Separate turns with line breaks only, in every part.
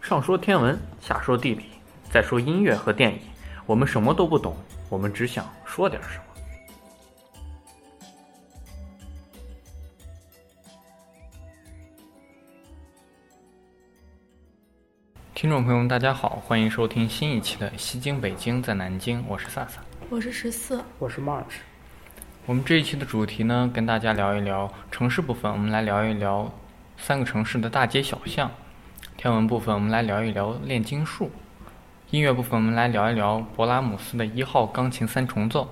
上说天文，下说地理，再说音乐和电影，我们什么都不懂，我们只想说点什么。听众朋友们，大家好，欢迎收听新一期的《西京北京在南京》，我是萨萨。
我是十四，
我是 March，
我们这一期的主题呢，跟大家聊一聊城市部分，我们来聊一聊三个城市的大街小巷；天文部分，我们来聊一聊炼金术；音乐部分，我们来聊一聊勃拉姆斯的一号钢琴三重奏；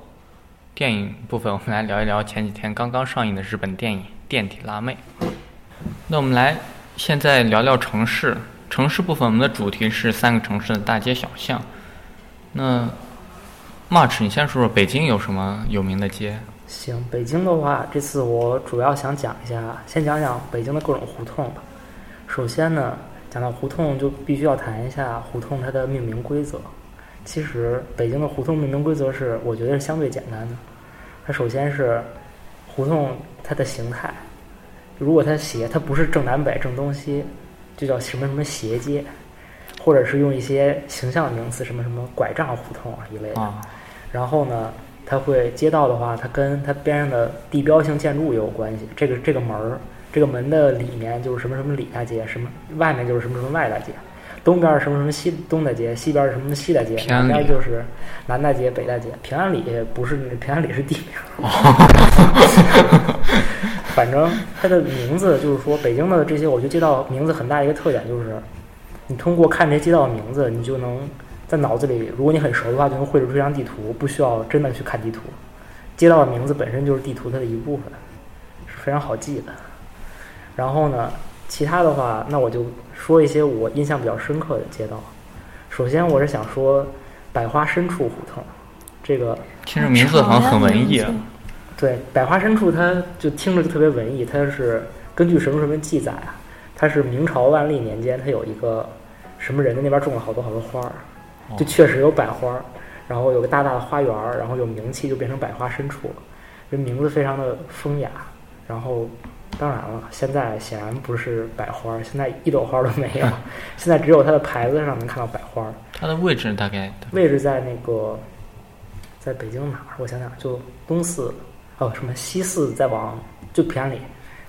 电影部分，我们来聊一聊前几天刚刚上映的日本电影《垫底辣妹》。那我们来现在聊聊城市，城市部分我们的主题是三个城市的大街小巷。那 March，你先说说北京有什么有名的街？
行，北京的话，这次我主要想讲一下，先讲讲北京的各种胡同吧。首先呢，讲到胡同，就必须要谈一下胡同它的命名规则。其实，北京的胡同命名规则是，我觉得是相对简单的。它首先是胡同它的形态，如果它斜，它不是正南北正东西，就叫什么什么斜街，或者是用一些形象名词，什么什么拐杖胡同啊一类的。
啊，
然后呢，它会街道的话，它跟它边上的地标性建筑也有关系。这个这个门儿，这个门的里面就是什么什么里大街，什么外面就是什么什么外大街，东边儿什么什么西东大街，西边儿什么什么西大街，
平安
南
里
边儿就是南大街、北大街。平安里不是平安里是地名儿，
哦
反正它的名字就是说，北京的这些，我觉得街道名字很大一个特点就是，你通过看这些街道名字，你就能在脑子里，如果你很熟的话，就能绘制出一张地图，不需要真的去看地图。街道的名字本身就是地图它的一部分，是非常好记的。然后呢，其他的话，那我就说一些我印象比较深刻的街道。首先，我是想说百花深处胡同，这个
听着名字好像很文艺啊。
嗯对，百花深处，它就听着就特别文艺。它是根据什么什么记载啊？它是明朝万历年间，它有一个什么人在那边种了好多好多花儿，就确实有百花儿，然后有个大大的花园儿，然后有名气，就变成百花深处了。这名字非常的风雅。然后，当然了，现在显然不是百花儿，现在一朵花儿都没有，现在只有它的牌子上能看到百花儿。
它的位置大概
位置在那个，在北京哪儿？我想想，就东四，哦，什么西四，再往就平安里，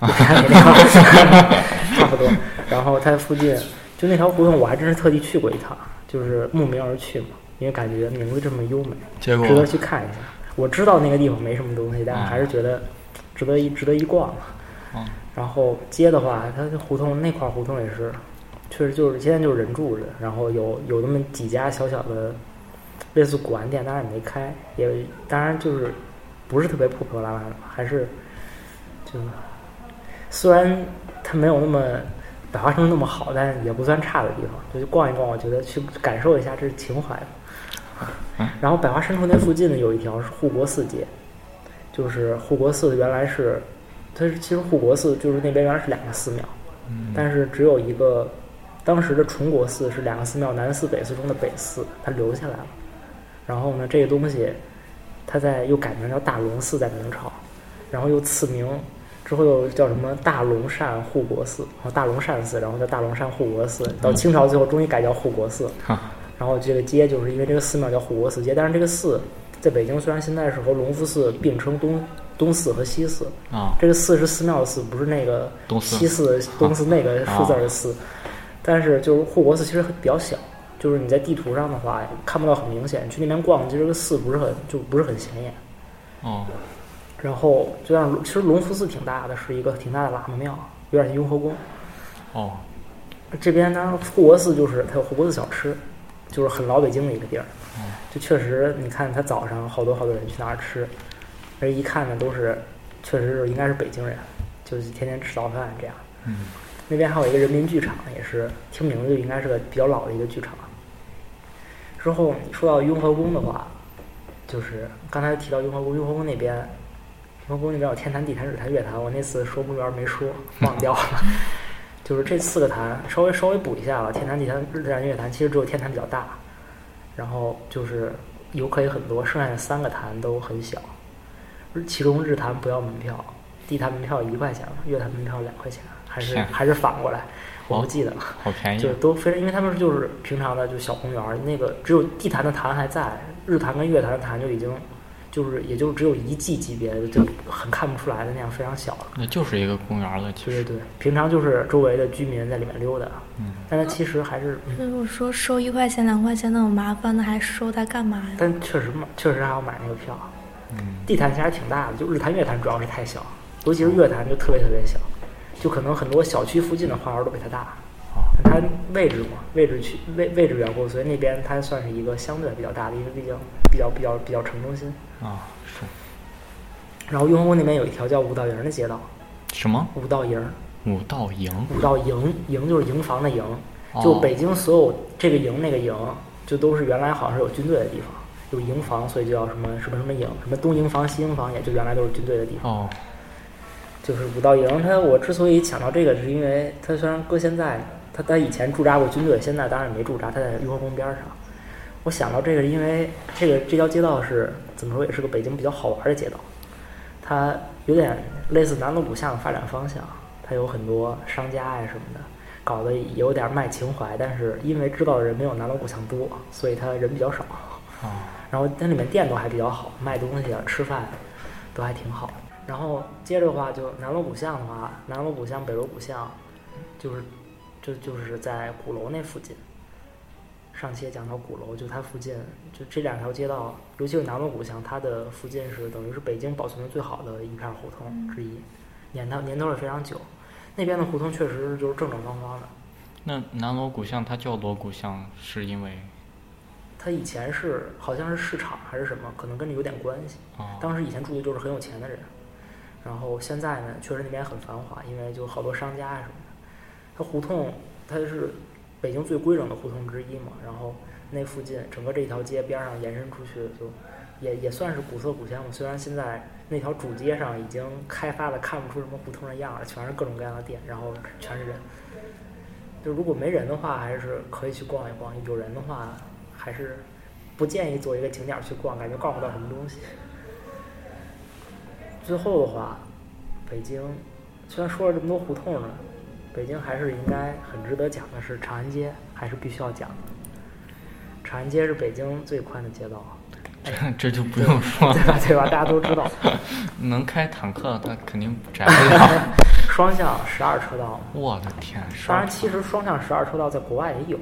就平安里那块差不多。然后它附近就那条胡同，我还真是特地去过一趟，就是慕名而去嘛，因为感觉名字这么优美，
结
值得
果
去看一下。我知道那个地方没什么东西，但是还是觉得值得一值得一逛嘛。
嗯
然后街的话，它的胡同那块儿胡同也是，确实就是现在就是人住着，然后有有那么几家小小的类似古玩店，当然也没开，也当然就是不是特别破破烂烂的，还是就虽然它没有那么百花城那么好，但也不算差的地方，就去逛一逛，我觉得去感受一下这是情怀
嗯
然后百花深处那附近呢，有一条是护国寺街，就是护国寺原来是，它是其实护国寺就是那边原来是两个寺庙，但是只有一个，当时的崇国寺是两个寺庙南寺北寺中的北寺，它留下来了。然后呢，这个东西，它在又改名叫大龙寺，在明朝，然后又赐名，之后又叫什么大龙善护国寺，然后大龙善寺，然后叫大龙善护国寺，到清朝最后终于改叫护国寺。
哈
然后这个街就是因为这个寺庙叫护国寺街，但是这个寺在北京虽然现在是和隆福寺并称东东寺和西寺，
啊，
这个寺是寺庙的寺，不是那个
东四
西寺东寺那个数字儿的寺。但是就是护国寺其实很比较小，就是你在地图上的话看不到很明显，去那边逛，其实这个寺不是很就不是很显眼。
哦，
然后就像其实隆福寺挺大的，是一个挺大的喇嘛庙，有点像雍和宫。
哦，
这边呢，护国寺就是它有护国寺小吃，就是很老北京的一个地儿。就确实，你看他早上好多好多人去那儿吃，而一看呢都是，确实是应该是北京人，就是天天吃早饭这样。
嗯，
那边还有一个人民剧场，也是听名字就应该是个比较老的一个剧场。啊之后你说到雍和宫的话，就是刚才提到雍和宫，雍和宫那边，雍和宫那边有天坛、地坛、日坛、月坛，我那次说公园没说，忘掉了。就是这四个坛稍微稍微补一下吧，天坛、地坛、日坛、月坛，其实只有天坛比较大，然后就是游客也很多，剩下的三个坛都很小，其中日坛不要门票，地坛门票一块钱，月坛门票两块钱，还还是
天啊
还是反过来，我不记得了。
好便宜
就，都非常，因为他们就是平常的就小公园儿，那个只有地坛的坛还在，日坛跟月坛的坛就已经就是也就只有一 G 级别的，就很看不出来的那样，非常小了。
那就是一个公园了，其
对对
实。
对，平常就是周围的居民在里面溜达，
嗯
但它其实还是，嗯
如果说收一块钱两块钱那么麻烦，那还收它干嘛呀？
但确实嘛，确实还要买那个票。
嗯，
地坛其实还挺大的，就日坛、月坛主要是太小，尤其是月坛就特别特别小，就可能很多小区附近的花园都比它大。
哦，
但它位置嘛，位置区位位置缘故，所以那边它算是一个相对比较大的，因为毕竟比较比较比较城中心。
啊，是
然后雍和宫那边有一条叫五道营的街道，
什么
五道营，
五道营？
五道营，营就是营房的营，
哦
就北京所有这个营那个营，就都是原来好像是有军队的地方，有营房，所以就叫什么什么什么营，什么东营房、西营房，也就原来都是军队的地方。
哦，
就是五道营，它我之所以想到这个，是因为它虽然搁现在，它它以前驻扎过军队，现在当然也没驻扎，它在雍和宫边上。我想到这个，是因为这个这条街道是怎么说，也是个北京比较好玩的街道，它有点类似南锣鼓巷的发展方向，它有很多商家呀、什么的，搞得有点卖情怀，但是因为知道的人没有南锣鼓巷多，所以它人比较少。
哦，
然后它里面店都还比较好，卖东西啊、吃饭都还挺好。然后接着的话，就南锣鼓巷的话，南锣鼓巷、北锣鼓巷，就是就就是在鼓楼那附近。上期也讲到鼓楼，就它附近，就这两条街道，尤其是南锣鼓巷，它的附近是等于是北京保存的最好的一片胡同之一，年头年头也非常久。那边的胡同确实就是正正方方的，
那南锣鼓巷它叫锣鼓巷，是因为
它以前是好像是市场还是什么，可能跟这有点关系。
哦，
当时以前住的就是很有钱的人，然后现在呢，确实那边很繁华，因为就好多商家啊什么的。它胡同它是北京最规整的胡同之一嘛，然后那附近整个这条街边上延伸出去就也也算是古色古香吧。虽然现在那条主街上已经开发的看不出什么胡同的样儿了，全是各种各样的店，然后全是人。就如果没人的话，还是可以去逛一逛；有人的话，还是不建议做一个景点儿去逛，感觉逛不到什么东西。最后的话，北京虽然说了这么多胡同呢，北京还是应该很值得讲的是长安街，还是必须要讲的。长安街是北京最宽的街道，啊
这 这就不用说了
对，吧？对吧？大家都知道，
能开坦克它肯定不窄不了。
双向十二车道嘛。
我的天，十
当
二
然，其实双向十二车道在国外也有，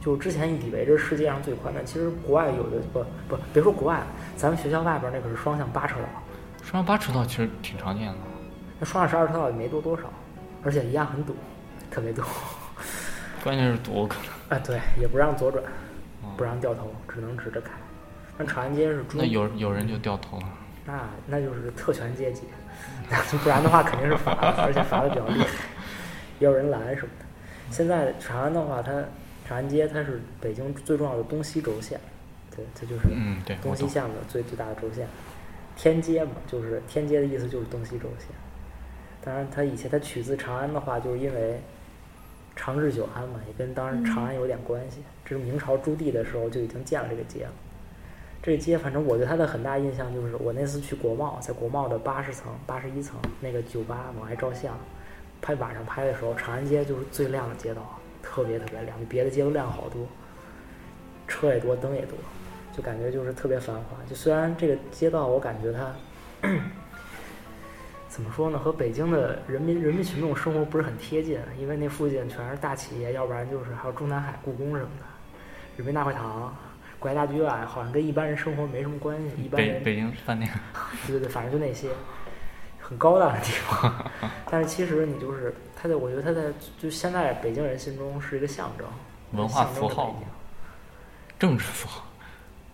就是之前以为这是世界上最宽的，其实国外有的不不，别说国外了，咱们学校外边那可是双向八车道，
双八车道其实挺常见的。
那双向十二车道也没多多少，而且一样很堵，特别堵。
关键是堵，可能
啊，对，也不让左转
哦，
不让掉头，只能直着开。那长安街是猪，
那有有人就掉头了。
那那就是特权阶级， 不然的话肯定是罚的，而且罚的比较厉害，也有人拦什么的。现在长安的话，它长安街它是北京最重要的东西轴线，对，它就是
嗯，对，
东
我
西
懂。
向的最最大的轴线。天街嘛，就是天街的意思就是东西轴线。当然，它以前它取自长安的话，就是因为长治久安嘛，也跟当时长安有点关系。这是明朝朱棣的时候就已经建了这个街了。这个街，反正我对它的很大印象就是，我那次去国贸，在国贸的八十层、八十一层那个酒吧嘛，我还照相，拍晚上拍的时候，长安街就是最亮的街道，特别特别亮，比别的街都亮好多，车也多，灯也多，就感觉就是特别繁华。就虽然这个街道，我感觉它 怎么说呢，和北京的人民人民群众生活不是很贴近，因为那附近全是大企业，要不然就是还有中南海、故宫什么的，人民大会堂。国家大剧院好像跟一般人生活没什么关系，一般
北
人
北京饭店，
对对对，反正就那些很高档的地方。 但是其实你就是它在，我觉得它在就现在北京人心中是一个象征，
文化
象征着
符号
北京
政治符号。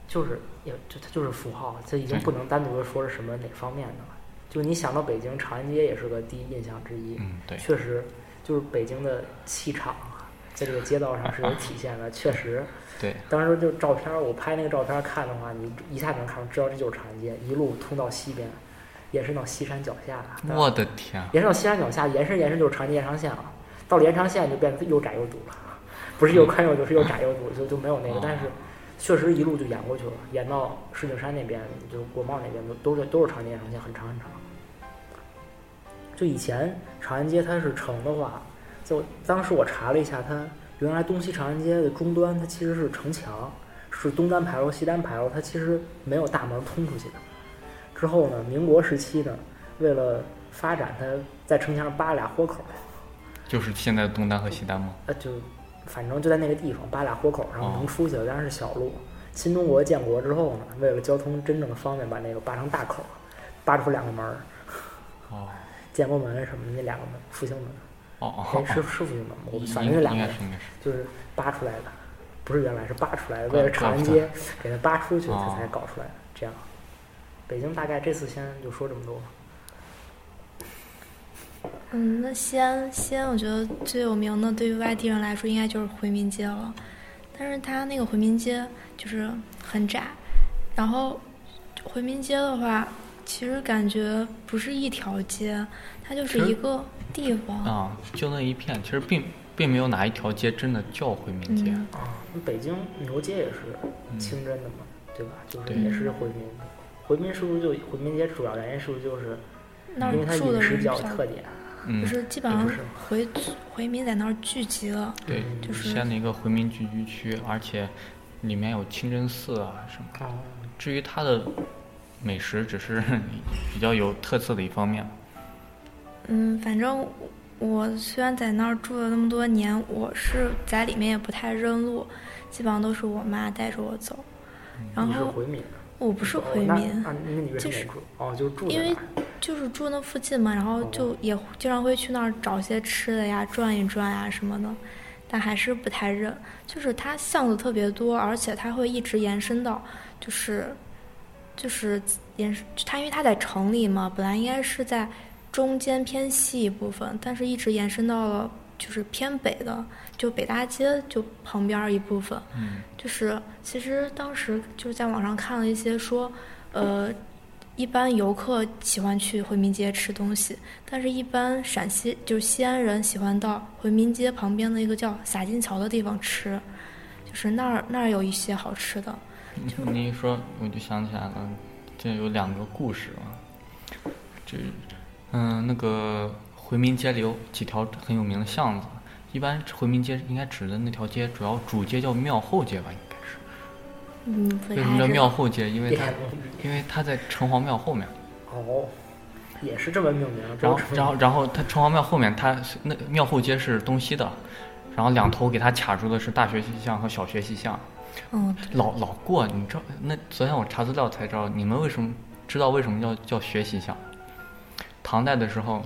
就是也就它就是符号，它已经
对
不能单独的说是什么哪方面的了。就你想到北京，长安街也是个第一印象之一，
嗯，对，
确实就是北京的气场啊，在这个街道上是有体现的，确实。
对，
当时就照片儿，我拍那个照片儿看的话，你一下就能看出，知道这就是长安街，一路通到西边，延伸到西山脚下。对吧
我的天，啊
延伸到西山脚下，延伸延伸就是长安街延长线了。到了延长线就变得又窄又堵了，不是又宽又堵，是又窄又堵，就就没有那个
哦。
但是确实一路就延过去了，延到石景山那边，就是国贸那边都都是都是长安街延长线，很长很长。就以前长安街它是城的话，就当时我查了一下，它原来东西长安街的终端它其实是城墙，是东单牌楼、西单牌楼，它其实没有大门通出去的。之后呢，民国时期呢，为了发展，它在城墙上扒俩豁口，
就是现在的东单和西单吗？
呃，就反正就在那个地方扒俩豁口，然
哦
后能出去的当然是小路。新中国建国之后呢，为了交通真正的方便，把那个扒成大口，扒出两个门儿，
哦
建国门什么的那两个门，复兴门，
哦
哎
哦，
是是复兴门吗，我
应
反正那两
应
个
该
门
是应该是
就是扒出来的，不是原来是扒出来的，
嗯
为了长安街给它扒出去，
哦
它才搞出来的。这样，北京大概这次先就说这么多。
嗯，那西安，西安我觉得最有名的，对于外地人来说，应该就是回民街了。但是它那个回民街就是很窄，然后回民街的话，其实感觉不是一条街，它就是
其实
一个地方。
啊，就那一片，其实并并没有哪一条街真的叫回民街。
嗯
那北京牛街也是
啊嗯
清真的嘛，对吧？就是
对
也是回民的。回民是不是就回民街主要原因是不是就是
那儿
因为它
住的
饮食
人
比
比
较
较
有特点？啊
嗯
就，是基本
也
上
不是
回回民在那儿聚集了。
对，
就是
西安的一个回民聚居区，而且里面有清真寺啊什么。
哦，
至于它的美食，只是 比较有特色的一方面。
嗯，反正我虽然在那儿住了那么多年，我是在里面也不太认路，基本上都是我妈带着我走。然
嗯你是
后
回民，
我不是
哦
回
那
民，
啊，那你为什
就
么
是
没住？哦，就是住在
因
那
为
儿。
就是住那附近嘛，然后
哦
就也经常会去那儿找些吃的呀、转一转呀什么的，但还是不太认。就是它巷子特别多，而且它会一直延伸到，就是就是延伸它，因为它在城里嘛，本来应该是在中间偏西一部分，但是一直延伸到了就是偏北的，就北大街就旁边儿一部分。
嗯，
就是其实当时就是在网上看了一些说，呃，一般游客喜欢去回民街吃东西，但是一般陕西就是西安人喜欢到回民街旁边的一个叫洒金桥的地方吃，就是那儿那儿有一些好吃的。
你一说我就想起来了，这有两个故事啊。这，嗯，那个回民街里有几条很有名的巷子，一般回民街应该指的那条街，主要主街叫庙后街吧，应该是。
嗯，不
为什
太
么叫
知
庙
道。
后街？因为
别
它
太浓密
因为它在城隍庙后面。
哦，也是这么命名的。
然后
都，是
然后，然后它城隍庙后面，它是那庙后街是东西的，然后两头给它卡住的是大学西巷和小学西巷，
嗯，
老老过，你知道？那昨天我查资料才知道，你们为什么知道为什么叫叫学西巷？唐代的时候，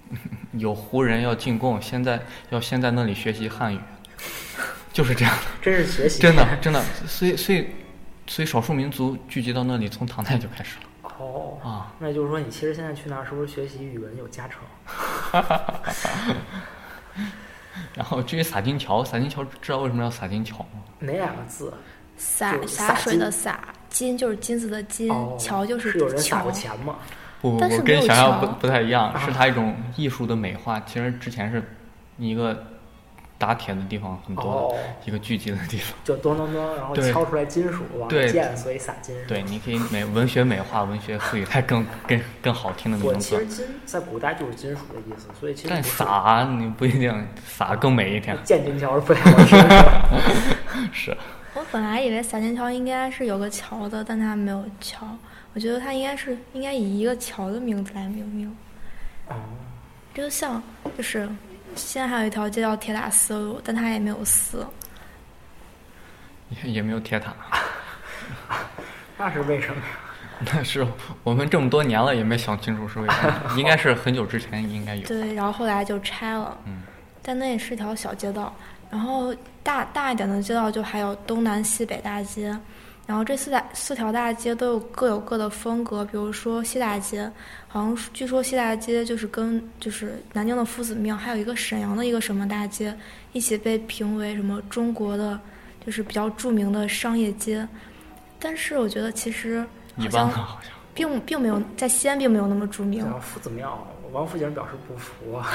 有胡人要进贡，现在要先在那里学习汉语，就是这样，
真是学习
真的真的，所以所以所以少数民族聚集到那里，从唐代就开始了
哦。
啊。
那就是说，你其实现在去那儿，是不是学习语文有加成？
然后至于洒金桥，洒金桥知道为什么要洒金桥吗？
哪两个字？啊
洒
就是
洒
洒
水的洒，金就是金子的金，
哦，
桥就是
有人撒
桥
过。钱吗？
不，
但
我
是没
跟
有
想象不
桥
不太一样，是
啊
它一种艺术的美化。其实之前是一个打铁的地方很多的，
哦，
一个聚集的地方。
就咚咚咚，然后
对
敲出来金属往
对
上溅，所以撒金。
对，你可以美文学美化，文学赋予它更更更好听的
我
名
其
字
实。金在古代就是金属的意思，所以其实
但
不是
撒啊你不一定撒更美一点，
建金桥是不太好听的。
是
我本来以为洒金桥应该是有个桥的，但它没有桥。我觉得它应该是应该以一个桥的名字来命名。
哦
这就像就是现在还有一条街叫铁打丝路，但它也没有丝。
也也没有铁塔。
那是为什么？
但是我们这么多年了也没想清楚是为什么，应该是很久之前应该有。
对，然后后来就拆了。
嗯
但那也是一条小街道。然后大大一点的街道就还有东南西北大街，然后这四大四条大街都有各有各的风格。比如说西大街，好像是据说西大街就是跟就是南京的夫子庙，还有一个沈阳的一个什么大街，一起被评为什么中国的就是比较著名的商业街。但是我觉得其实
一
好
般啊
像
的好像
并并没有在西安并没有那么著名
然。后夫子庙，王府井表示不服啊。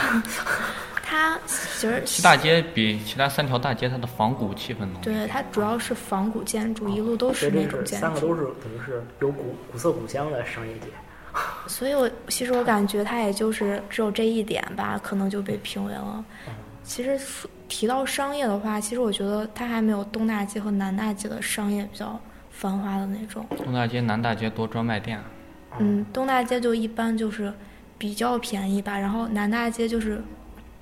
它其实
西大街比其他三条大街它的仿古气氛浓。
对，它主要是仿古建筑，一路都是
所
那
以啊这
种
是
建
三个
筑。
都是等于是有古古色古香的商业街。
所以我其实我感觉它也就是只有这一点吧，可能就
嗯
被评为了。
哦
其实说提到商业的话，其实我觉得它还没有东大街和南大街的商业比较繁华的那种。
啊
东大街、南大街多专卖店啊，
哦
嗯，东大街就一般就是比较便宜吧，然后南大街就是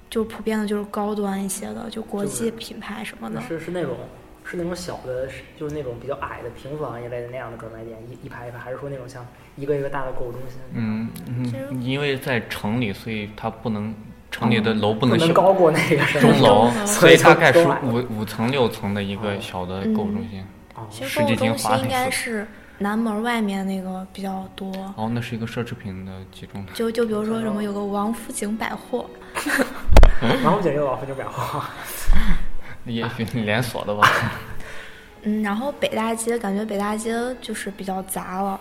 就普遍的就是高端一些的，就国际品牌什么的。
是是那种是那种小的，是就是那种比较矮的平房一类的那样的专卖店，一一排一排，还是说那种像一个一个大的购物中心？
嗯，
其实
嗯，因为在城里，所以它不能城里的楼不
不
能
能
小
高过那个什么
钟楼，
嗯
所以大概是
所以就
五五层六层的一个小的购物中心。
哦
其实
世
购
纪
物
厅
中
华
心
北
应该
四
是南门外面那个比较多。
哦，嗯那是一个奢侈品的集中的。
就就比如说什么有个王府井百货，
王府井又往风景表化，
也许你连锁的吧。
嗯，然后北大街感觉北大街就是比较杂了。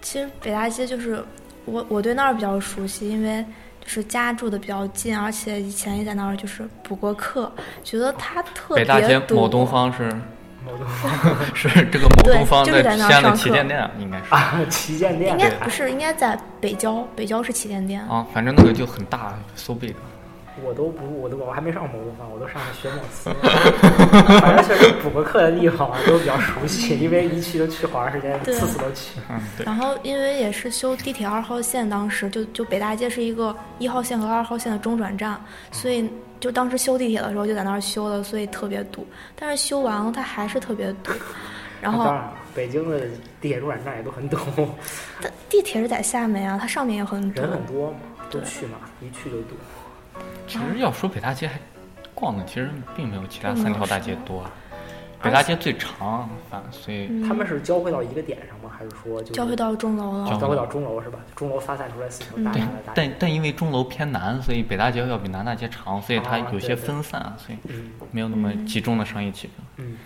其实北大街就是我我对那儿比较熟悉，因为就是家住的比较近，而且以前也在那儿就是补过课，觉得它特
北
别
大街
堵
某东方是
某东
是这个某
对
东方
就是在
西
那儿
安的
上
旗
课
舰店，应该是
啊，旗舰店
应该
对
不是应该在北郊，北郊是旗舰店。
啊，反正那个就很大，so big。
我都不，我都我还没上某东方，我都上的学某 思了。反正确实补过课的地方啊都比较熟悉，因为一去就去好长时间，
对
次次都去。
嗯，对。
然后因为也是修地铁二号线，当时就就北大街是一个一号线和二号线的中转站，所以就当时修地铁的时候就在那儿修的，所以特别堵。但是修完了它还是特别堵，然
啊当
后
然了，北京的地铁中转站也都很堵，
它地铁是在下面啊，它上面也很堵
人。很多嘛，都
对
去嘛，一去就堵。
其实要说北大街还逛的，其实并没有其他
并没
三
有
条大街
什么
多啊。
而
北大街最长，反所以
嗯
他们是交汇到一个点上吗？还是说就是
交汇到嗯钟楼
交
了，
交汇到钟楼是吧？钟楼发散出来四条大
对
大的，大街。
但但因为钟楼偏南，所以北大街要比南大街长，所以它
啊
有
对
些
对
分散啊，所以
嗯
没有那么
嗯
集中的商业气氛。
嗯，